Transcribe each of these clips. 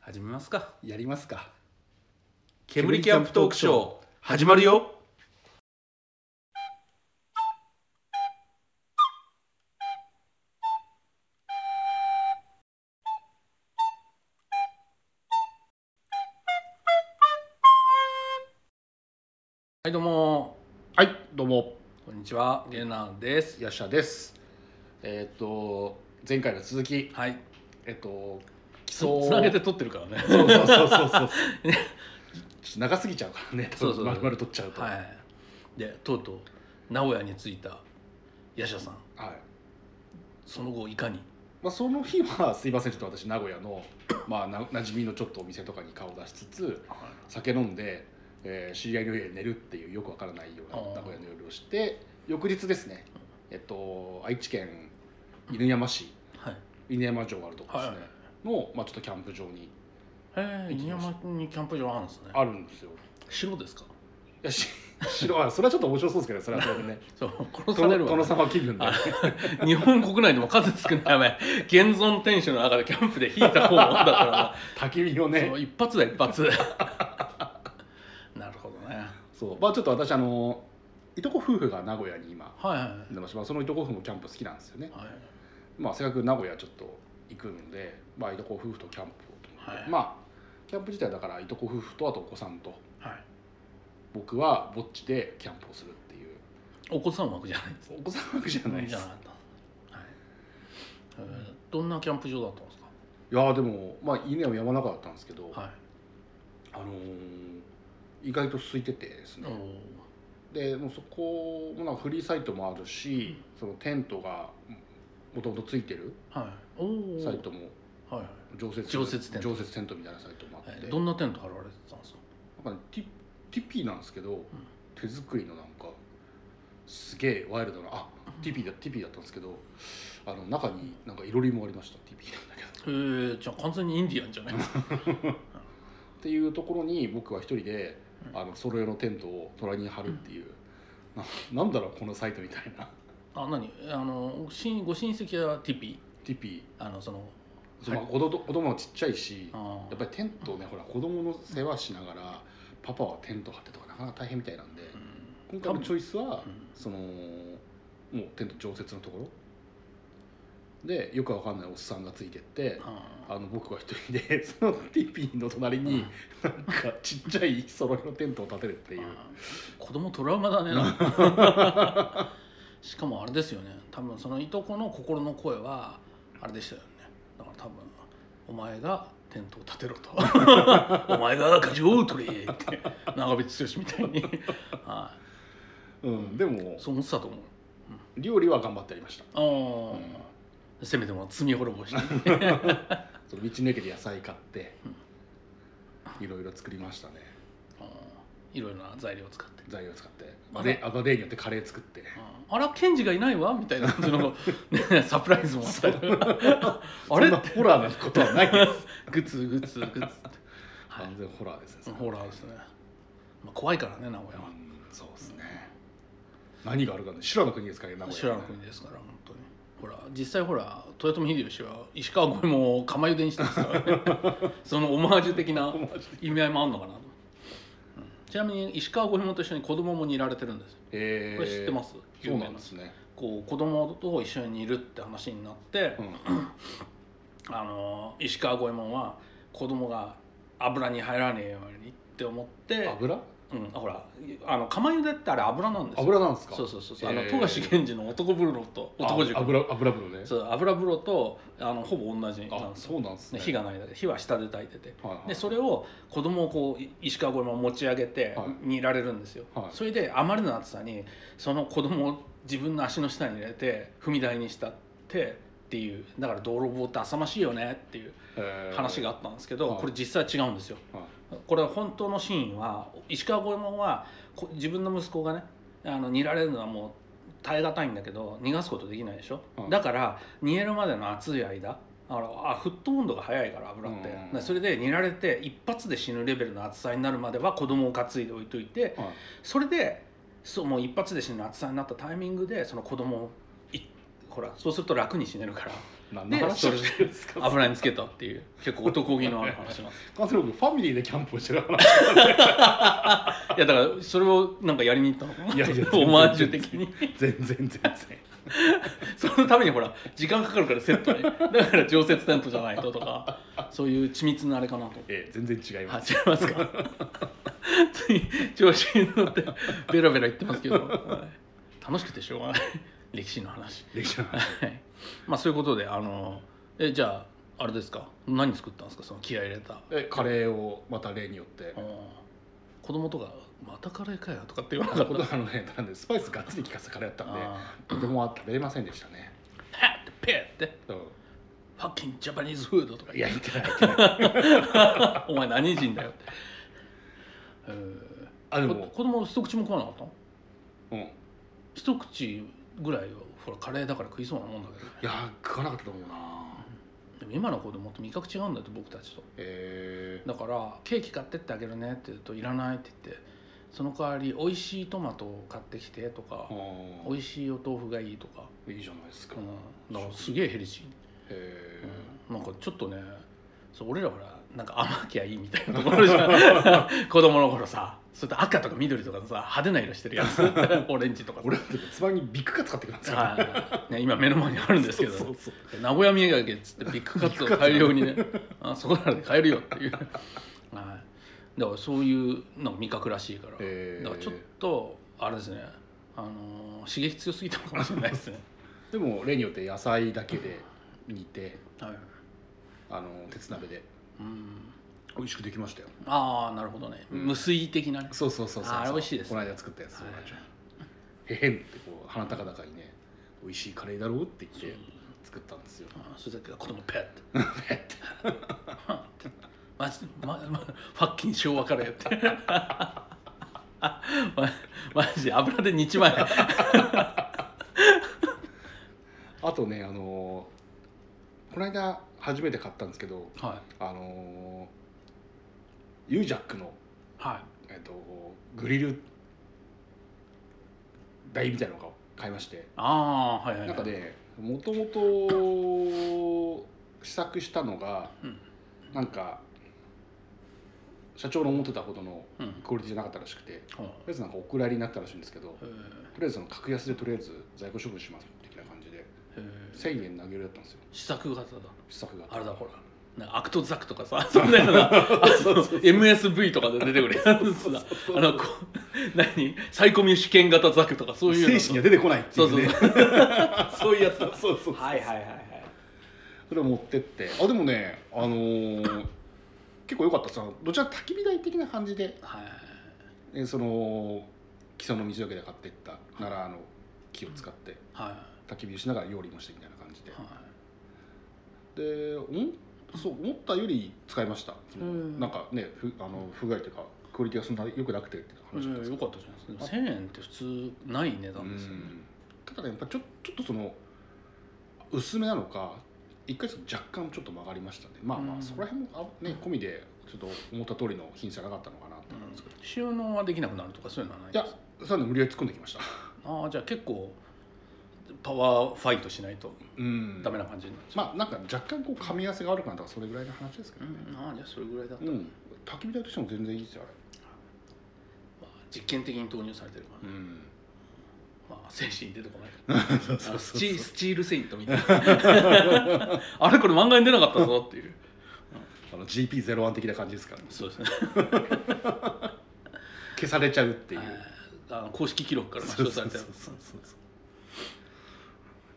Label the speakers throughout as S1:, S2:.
S1: 始めますか
S2: やりますか
S1: 煙キャンプトークショー始まるよはいどうも
S2: はいどうも
S1: こんにちはゲナです
S2: ヤシャですえーっ、と前回の続き
S1: はい
S2: えっ、と基礎
S1: つ
S2: を
S1: つなげて撮ってるからね
S2: そうそうそう そうそうちょっと長すぎちゃうからね
S1: そうそう
S2: まるまる取っちゃうと
S1: はいでとうとう名古屋に着いたヤシャさん
S2: はい
S1: その後いかに
S2: まあ、その日はすいませんちょっと私名古屋の、まあ、な馴染みのちょっとお店とかに顔を出しつつ酒飲んで、えー知り合いの家で寝るっていうよくわからないような
S1: あー
S2: 名古屋の夜をして翌日ですねえっと愛知県犬山市
S1: はい
S2: 犬山城があるところですね、
S1: はい
S2: の、まあ、ちょっとキャンプ場に
S1: へえ
S2: 行き
S1: 犬
S2: ました
S1: 山にキャンプ場あるんですね
S2: あるんですよ
S1: 白ですか
S2: いやし 白あそれはちょっと面白そうですけどそれはそれでね
S1: そう殺されるわ、
S2: 殿様気分で
S1: あ日本国内でも数少ない 前現存天守の中でキャンプで引いた方だか
S2: 焚き火を
S1: ら、そ
S2: ね
S1: う一発だ一 発なるほどね
S2: そうまあちょっと私あのいとこ夫婦が名古屋に今
S1: はいはい
S2: 住んでましてまあそのいとこ夫婦もキャンプ好きなんですよね
S1: はい
S2: まあ、せっかく名古屋ちょっと行くので、まあ、いとこ夫婦とキャンプをと思って、
S1: はい
S2: まあキャンプ自体だからいとこ夫婦とあとお子さんと
S1: はい
S2: 僕はぼっちでキャンプをするっていう
S1: お子さん枠じゃないです
S2: お子さんわけじゃないです
S1: じゃなかった、はいえーどんなキャンプ場だったんです
S2: いやーでもまあ稲を山の中だったんですけど、
S1: かはい
S2: あのー意外と空いててですね、
S1: お
S2: でもうそこもなんかフリーサイトもあるし、そのテントがもともとついてる
S1: ーはいおー
S2: サイトも
S1: はいはい
S2: 常設
S1: 常設テント
S2: 常設テントみたいなサイトもあって、
S1: えーどんなテント張られてたんですか
S2: なんか、ね、ティティピーなんですけど、手作りのなんかすげえワイルドなあティピーだティピーだったんですけどあの中になんかいろりもありましたティピーなんだけど
S1: えー、じゃあ完全にインディアン じゃないですか
S2: っていうところに僕は一人で
S1: うん
S2: あのソロ用のテントを虎に張るっていう、ななんだろうこのサイトみたいな
S1: あ何あの親ご親戚はティピ
S2: ティピ
S1: あのその
S2: ーそう、まあ子供子供もちっちゃいし
S1: あー
S2: やっぱりテントねほら子供の世話しながらパパはテント張ってとかなかなか大変みたいなんで
S1: うん
S2: 今回のチョ
S1: イ
S2: イスは、
S1: うん
S2: そのもうテント常設のところでよくわかんないおっさんがついてってあの僕は一人で そのティピーの隣になんかちっちゃい揃いのテントを建てるっていう
S1: 子供トラウマだね なんかしかもあれですよね多分そのいとこの心の声はあれでしたよねだから多分お前がテントを立てろ とお前が家事を取れって長渕剛みたいに、は
S2: うん、でも
S1: い、そう思ってたと思う
S2: 料理は頑張ってやりました
S1: ああ、せめても罪滅ぼしてはい
S2: その道の駅で野菜買っていろいろ作りましたね
S1: いろいろな材料を使って
S2: 材料使って
S1: あら
S2: でアバデーによってカレー作って
S1: あらケンジがいないわみたいな感じの、ね、サプライズもあったりあれ
S2: そんなホラーなことはないです
S1: グツグツグツって、は
S2: 完全ホラーですね
S1: い、ホラーですね、まあ、怖いからね名古屋は
S2: うんそうですね、何があるかね修羅の国ですからね名古
S1: 修
S2: 屋
S1: 羅の国ですから本当にほら実際ほら豊臣秀吉は石川五右衛門を釜茹でにしてますから ねそのオマージュ的な
S2: オマージュ
S1: 意味合いもあるのかなと、うんちなみに石川五右衛門と一緒に子供も煮られてるんですよ
S2: えー
S1: これ知ってます
S2: そうなんですね、
S1: こう子供と一緒に煮るって話になって、
S2: うん
S1: あの石川五右衛門は子供が油に入らねえようにって思って
S2: 油
S1: うん、ほらあの釜茹でってあれ油なんですよ
S2: 油なんですか
S1: そうそうそうそうあ
S2: へ
S1: の
S2: ー
S1: 富樫源氏の男風呂と男塾
S2: あ油油風呂ね
S1: そう油風呂とあのほぼ同じな
S2: あ
S1: んですよ
S2: そうなんですね
S1: ね火がないだけ火は下で炊いてて
S2: はいはい
S1: でそれを子供をこうい石川五右衛門持ち上げて
S2: はい
S1: 煮られるんですよ、
S2: はい
S1: それであまりの暑さにその子供を自分の足の下に入れて踏み台にしたってっていうだから泥棒って浅ましいよねっていう
S2: えー
S1: 話があったんですけど、
S2: はい
S1: これ実際は違うんですよ
S2: はい
S1: これは本当のシーンは石川五右衛門はこ自分の息子がねあの煮られるのはもう耐え難いんだけど逃がすことできないでしょ、
S2: うん
S1: だから煮えるまでの熱い間あのあ沸騰温度が早いから油って、
S2: う
S1: だ
S2: ん
S1: からそれで煮られて一発で死ぬレベルの熱さになるまでは子供を担いで置いといて
S2: はい
S1: それでそうもう一発で死ぬ熱さになったタイミングでその子供をいほらそうすると楽に死ねるから
S2: 何の
S1: で
S2: 話をしてるんですか
S1: 油につけたっていう結構男気のある話なんです
S2: 完全に僕ファミリーでキャンプをしてる話
S1: いやだからそれをなんかやりに行ったのかない
S2: やいや
S1: オマージュ的に
S2: 全然全然
S1: そのためにほら時間かかるからセットでだから常設テントじゃないととかそういう緻密なあれかなと
S2: ええ全然違い
S1: あ
S2: ます
S1: 違いますかつい調子に乗ってベラベラ言ってますけどはい楽しくてしょうがない歴史の話
S2: 歴史の話
S1: はいまあそういうことであのえじゃああれですか何作ったんですかその気合い入れた
S2: えカレーをまた例によって
S1: あー子供とか「またカレーかよ」とかって言わなかった
S2: ことあのねなんでスパイスがっつり効かせたカレーだったんで
S1: あ
S2: とても食べれませんでしたね
S1: ーハッてペッて
S2: う
S1: 「
S2: ん
S1: ファッキンジャパニーズフード」とか
S2: い
S1: 言
S2: や
S1: う
S2: 言ってない言ってない
S1: お前何人 だよ」って、えー
S2: あで
S1: こ
S2: も
S1: 子供一口も食わなかったの
S2: うんい
S1: 一口ぐらいはほらカレーだから食いそうなもんだけど
S2: や食わなかったと思うな
S1: でも今の子供と味覚違うんだって僕たちと
S2: え
S1: だから「ケーキ買ってってあげるね」って言うと「いらない」って言ってその代わり「美味しいトマトを買ってきて」とか「美
S2: ー
S1: 味しいお豆腐がいい」とか、
S2: いいじゃないですか
S1: うん、だからすげえヘルシー
S2: へ
S1: うんなんかちょっとねそう俺らほらなんか甘きゃいいみたいなところじゃん 子供の頃さそれと赤とか緑とかのさ派手な色してるや つオレンジとかさ
S2: え俺だってつばにビッグカツ買ってくるんですよ
S1: はいね、今目の前にあるんですけど
S2: そうそう
S1: 名古屋土産っつってビッグカツを大量にねあそこならで買えるよっていう、はい、だからそういうの味覚らしいから、
S2: え
S1: だからちょっとあれですねあのー刺激強すぎたのかもしれないですね、
S2: でも例によって野菜だけで煮て
S1: はい、
S2: あの鉄鍋で
S1: うん
S2: 美味しくできましたよ
S1: ああなるほどね、
S2: うん
S1: 無水的なね
S2: そうそうそうそう
S1: あーあれ美味しいですね
S2: この間作ったやつ
S1: はい
S2: そうへへんってこう鼻高々にね美味しいカレーだろうって言って作ったんですよ
S1: あそれだけが子供ペッてマジままファッキン昭和からやってまマジで油で煮ちまえ
S2: あとねあのーこの間初めて買ったんですけど
S1: はい
S2: あのーユージャックの、
S1: は
S2: えっと、グリル台みたいなのを買いまして
S1: いああはいはいはい
S2: なんかねもともと試作したのが
S1: うん
S2: なんか社長の思ってたほどの
S1: うん
S2: クオリティじゃなかったらしくてと
S1: ほう
S2: りあえずなんかお蔵入りになったらしいんですけどと
S1: へ
S2: りあえずその格安でとりあえず在庫処分します的な感じで
S1: えへえ
S2: 1000円投げるやったんですよ
S1: 試作型だ
S2: 試作が
S1: あれだほらなんかアクトザクとかさそんなようなあの MSV とかで出てくるやつだあのこ何サイコミュ試験型ザクとかそういうの
S2: 精神が出てこないってい
S1: そう
S2: う
S1: そう
S2: ね
S1: そうそういうやつだ
S2: そうそうそう
S1: はいはいはい
S2: それを持ってってあでもねあのー結構良かったさどちらか焚き火台的な感じで
S1: はいはい
S2: でその基礎の水桶で買っていった奈良の木を使って
S1: はい
S2: 焚き火をしながら料理もしてみたいな感じで
S1: は
S2: でんそう思ったより使いました、
S1: ん
S2: なんかねふあの不具合というかクオリティがそんな良くなくてって
S1: い
S2: 話だったんです
S1: よか
S2: けど
S1: ったじゃないですか1000円って普通ない値段ですよね
S2: うんただねやっぱちょちょっとその薄めなのか一回ちょっと若干ちょっと曲がりましたねまあま
S1: う
S2: あ
S1: ん
S2: そこら辺もあね込みでちょっと思った通りの品質じゃなかったのかなと思うんですけど、
S1: 収納はできなくなるとかそういうのはない
S2: いや
S1: です
S2: そういうの無理やり突っ込んできました
S1: ああじゃあ結構パワーファイトしないと
S2: うん
S1: ダメな感じになっちゃう、
S2: まあなんか若干こう噛み合わせがあるかなとかそれぐらいの話ですけ
S1: う
S2: どね
S1: ん、ああじゃあそれぐらいだった
S2: うん、焚き火台としても全然いいですよあ
S1: まあ、実験的に投入されてるか
S2: れ
S1: ら、
S2: ん
S1: まあ、精神出てこない
S2: そうそう
S1: あ
S2: そ
S1: ス
S2: う
S1: チスチールセイントみたいな あれこれ漫画に出なかったぞっていう
S2: あの GP01 的な感じですからね
S1: そうですね
S2: 消されちゃうっていう
S1: あーあの公式記録から抹消されてる
S2: そうそうそうそう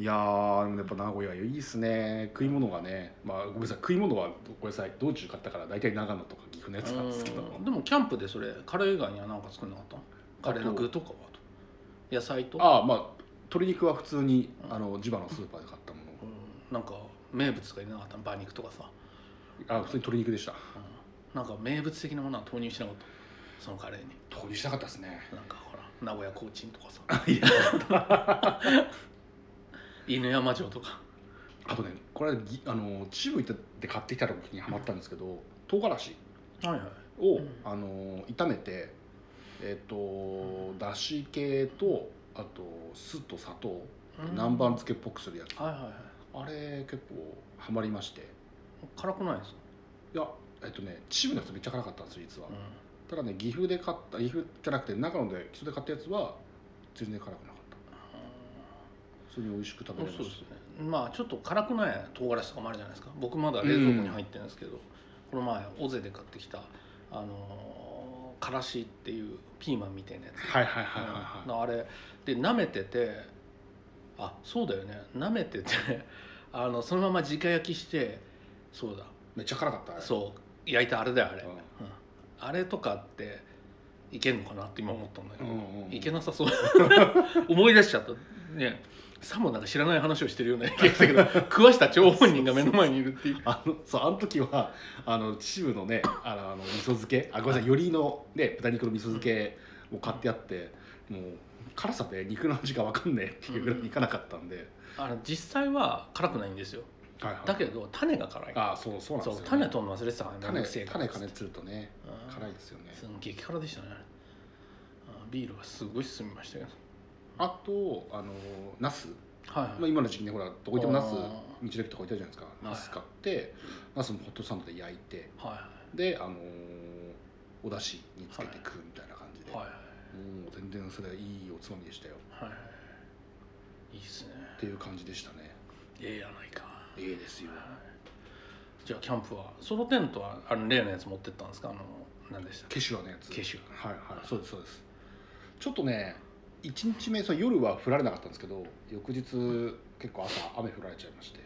S2: いやーでもやっぱ名古屋いいっすね食い物がねまあごめんなさい食い物はごめんなさい道中買ったから大体長野とか岐阜のやつなんですけど
S1: うんでもキャンプでそれカレー以外には何か作んなかったのカレーの具とかはと野菜と
S2: ああまあ鶏肉は普通に
S1: うん
S2: あの地場のスーパーで買ったも
S1: うんなんか名物がいなかったの馬肉とかさ、
S2: のあ普通に鶏肉でした
S1: うんなんか名物的なものは投入しなかったそのカレーに
S2: 投入しなかったですね
S1: なんかほら名古屋コーチンとかさ
S2: いや
S1: 犬山城とか
S2: あとねこれぎあの秩父行って買ってきた時にハマったんですけど唐辛子
S1: はいはい
S2: を、
S1: うん
S2: あの炒めてえっ、とだし系とあと酢と砂糖南蛮漬けっぽくするやつ
S1: はいはいはい
S2: あれ結構ハマりまして
S1: 辛くないですか、
S2: いやえっとね秩父のやつめっちゃ辛かったんですよ実は、
S1: う
S2: ただね岐阜で買った岐阜じゃなくて長野で基礎で買ったやつは全然辛くなかった普通に美味しく食べ
S1: ん、
S2: れま
S1: そうで
S2: し
S1: すねまあちょっと辛くない唐辛子とかもあるじゃないですか僕まだ冷蔵庫に入ってるんですけど、この前尾瀬で買ってきたあのーからしっていうピーマンみたいなやつ
S2: たはいはいはいはいは
S1: うんあれで舐めててあそうだよね舐めてて あのそのまま直焼きしてそう
S2: いめっちゃ辛かったあ
S1: だ
S2: れ
S1: そう焼いたあれだよあれ、
S2: う
S1: うんんあれとかっていけんのかなって今思ったんだけ
S2: う
S1: ど、
S2: んうん
S1: いけなさそう 思い出しちゃったねさもなんか知らない話をしてるような気がしたけ ど食わした張本人が目の前にいるっていう
S2: あのそうあの時はあの秩父のねあのあの味噌漬けあごめんなさいよりの、ね、豚肉の味噌漬けを買ってあって、もう辛さで肉の味が分かんねえっていうぐらいにいかなかったんで、
S1: あの実際は辛くないんですよ
S2: はいはい
S1: だけど種が辛い
S2: あそうそうなん
S1: そ
S2: で
S1: う
S2: すよ、ね、
S1: 種取るの忘れてたからめんど
S2: 種
S1: くせえから
S2: 種加熱するとね
S1: うん
S2: 辛いですよね
S1: すん激辛でしたねあれあビールがすごい進みましたけど
S2: あとあのナス、
S1: はい
S2: まあ、今の時期ねほらどこ行ってもナス
S1: あ
S2: 道
S1: ー
S2: の駅とか置いてあるじゃないですかナス買ってナスもホットサンドで焼いて
S1: は
S2: であのーお出汁につけて食うみたいな感じで、
S1: いはいはい
S2: もう全然それはいいおつまみでしたよ
S1: はいいいっすね
S2: っていう感じでしたね
S1: ええやないか
S2: ええですよ
S1: じゃあキャンプはソロテントはあの例のやつ持ってったんですかあの何でしたっけ
S2: ケシュアのやつ
S1: ケシ
S2: ュはいはいそうですそうですちょっとね1日目その夜は降られなかったんですけど翌日結構朝雨降られちゃいまして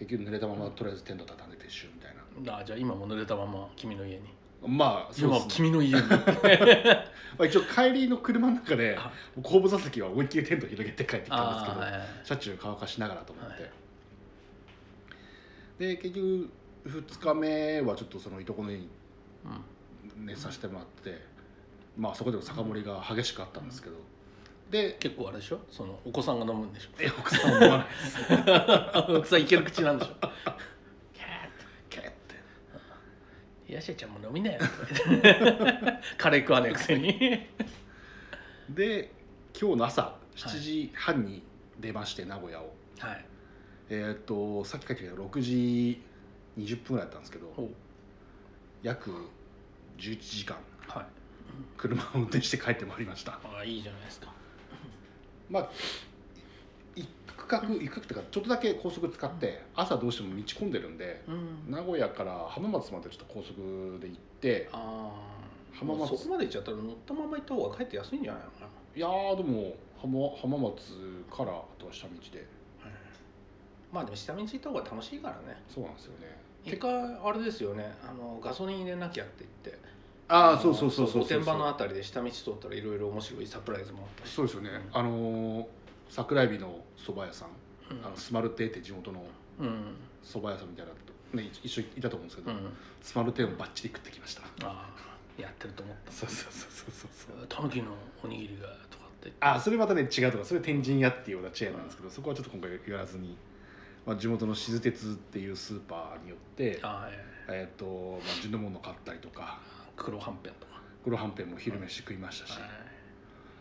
S2: 結局濡れたままとりあえずテント畳んで撤収みたいな
S1: うん、あじゃあ今も濡れたまま君の家に
S2: まあそう
S1: 今
S2: で
S1: も
S2: す
S1: 君
S2: ね、
S1: の 家に
S2: まあ、一応帰りの車の中で
S1: あ
S2: 後部座席は思いっきりテント広げて帰ってきたんですけ
S1: あ
S2: ど、
S1: あはいはい
S2: 車中乾かしながらと思って、
S1: はい
S2: で結局2日目はちょっとそのいとこの家に
S1: うん
S2: 寝させてもらって、まあそこでの酒盛りが激しくあったんですけど、で
S1: 結構あれでしょそのお子さんが飲むんでしょ
S2: え奥さんは思わ ないです
S1: 奥さんいける口 なんでしょ キャー
S2: キャーって
S1: 「ヤシャちゃんも飲みなよ」とか言って カレー食わねえくせに
S2: で今日の朝7時半に出まして、名古屋を
S1: はい
S2: えーっとさっき帰ってきた6時20分ぐらいだったんですけど、
S1: お
S2: 約11時間
S1: はい
S2: 車を運転して帰ってまいりました
S1: ああいいじゃないですか
S2: まあ一区画一区画っていうかちょっとだけ高速使って朝どうしても道混んでるんで
S1: うん
S2: 名古屋から浜松までちょっと高速で行って
S1: ああ
S2: 浜松
S1: そこまで行っちゃったら乗ったまま行った方が帰って安いんじゃないのかない
S2: やーでも浜浜松からあとは下道で
S1: まあでも下道行った方が楽しいからね
S2: そうなんですよね
S1: 結果あれですよねあのガソリン入れなきゃって言っての
S2: ああそうそうそうそう
S1: 御殿場のあたりで下道通ったらいろいろ面白いサプライズもあったし
S2: そうですよねあのー桜えびの蕎麦屋さん、
S1: うん
S2: あのスマルテって地元の
S1: うん
S2: 蕎麦屋さんみたいなと、ね、一緒にいたと思うんですけ
S1: う
S2: ど、
S1: ん
S2: スマルテをバッチリ食ってきました
S1: ああやってると思った
S2: そうそうそうそうそうそう
S1: タヌキのおにぎりがとかって
S2: あそれまたね違うとかそれ天神屋っていうようなチェーンなんですけどそこはちょっと今回言わずに、まあ、地元の静鉄っていうスーパーによって、
S1: ああええ
S2: えーとまあ、純のもの買ったりとか
S1: 黒はんぺんとか
S2: 黒はんぺんも昼飯食いましたし、
S1: はい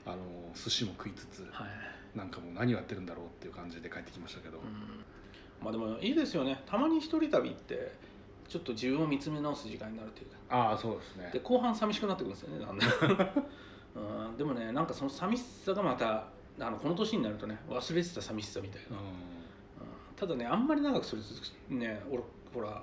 S2: あの寿司も食いつつ
S1: はい
S2: なんかもう何をやってるんだろうっていう感じで帰ってきましたけど、
S1: うんまあでもいいですよねたまに一人旅ってちょっと自分を見つめ直す時間になるというか
S2: ああそうですね
S1: で後半寂しくなってくるんですよねだんだん、うん、でもねなんかその寂しさがまたあのこの年になるとね忘れてた寂しさみたいな、
S2: うん
S1: うんただねあんまり長くそれ続くね俺ほら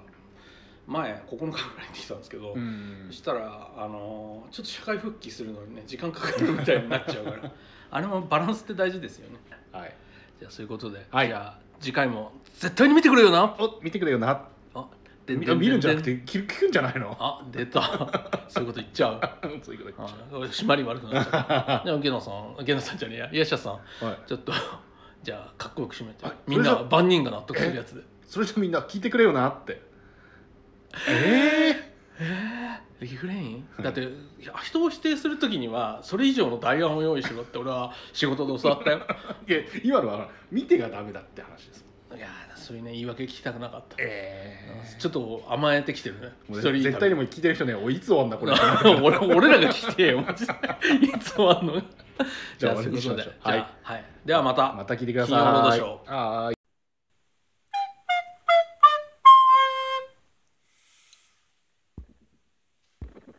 S1: 前9日ぐらいに行ってきたんですけど、
S2: うん
S1: そしたらあのちょっと社会復帰するのにね時間かかるみたいになっちゃうからあれもバランスって大事ですよね
S2: はい
S1: じゃあそういうことで、
S2: はい
S1: じゃあ次回も絶対に見てくれよな
S2: お見てくれよな
S1: あで
S2: み
S1: で
S2: 見るんじゃなく
S1: で
S2: て聞聞くんじゃないの
S1: あ出た そういうこと言っちゃう
S2: そういうこと言っ
S1: あ
S2: ち
S1: 締まり悪くなっちゃ
S2: ゃ
S1: うじゃあゲノさんゲノさんじゃねえやイヤシャさん
S2: うはい
S1: ちょっとじゃあかっこよく締めて
S2: あ
S1: みん
S2: それ
S1: な
S2: じゃ
S1: 万人が納得するやつで
S2: それじゃみんな聞いてくれよなってええ
S1: リフレイン
S2: は い
S1: だっていや人を否定する時にはそれ以上の代案を用意しろって俺は仕事で教わった よ
S2: いや今のは見てがダメだって話です
S1: いやーそういうね言い訳聞きたくなかった、
S2: え
S1: ちょっと甘えてきてるね
S2: も
S1: 一
S2: う
S1: 人旅
S2: 絶対にもう聞いてる人ねおいいつ終わんだ これ
S1: 俺俺らが聞いてよマジでいつもあんの
S2: じゃあ
S1: そういうこと
S2: 終わりにしましょ
S1: で
S2: う
S1: じゃあはい、ではまた
S2: また聞いてください
S1: 金曜ロードショ
S2: はーい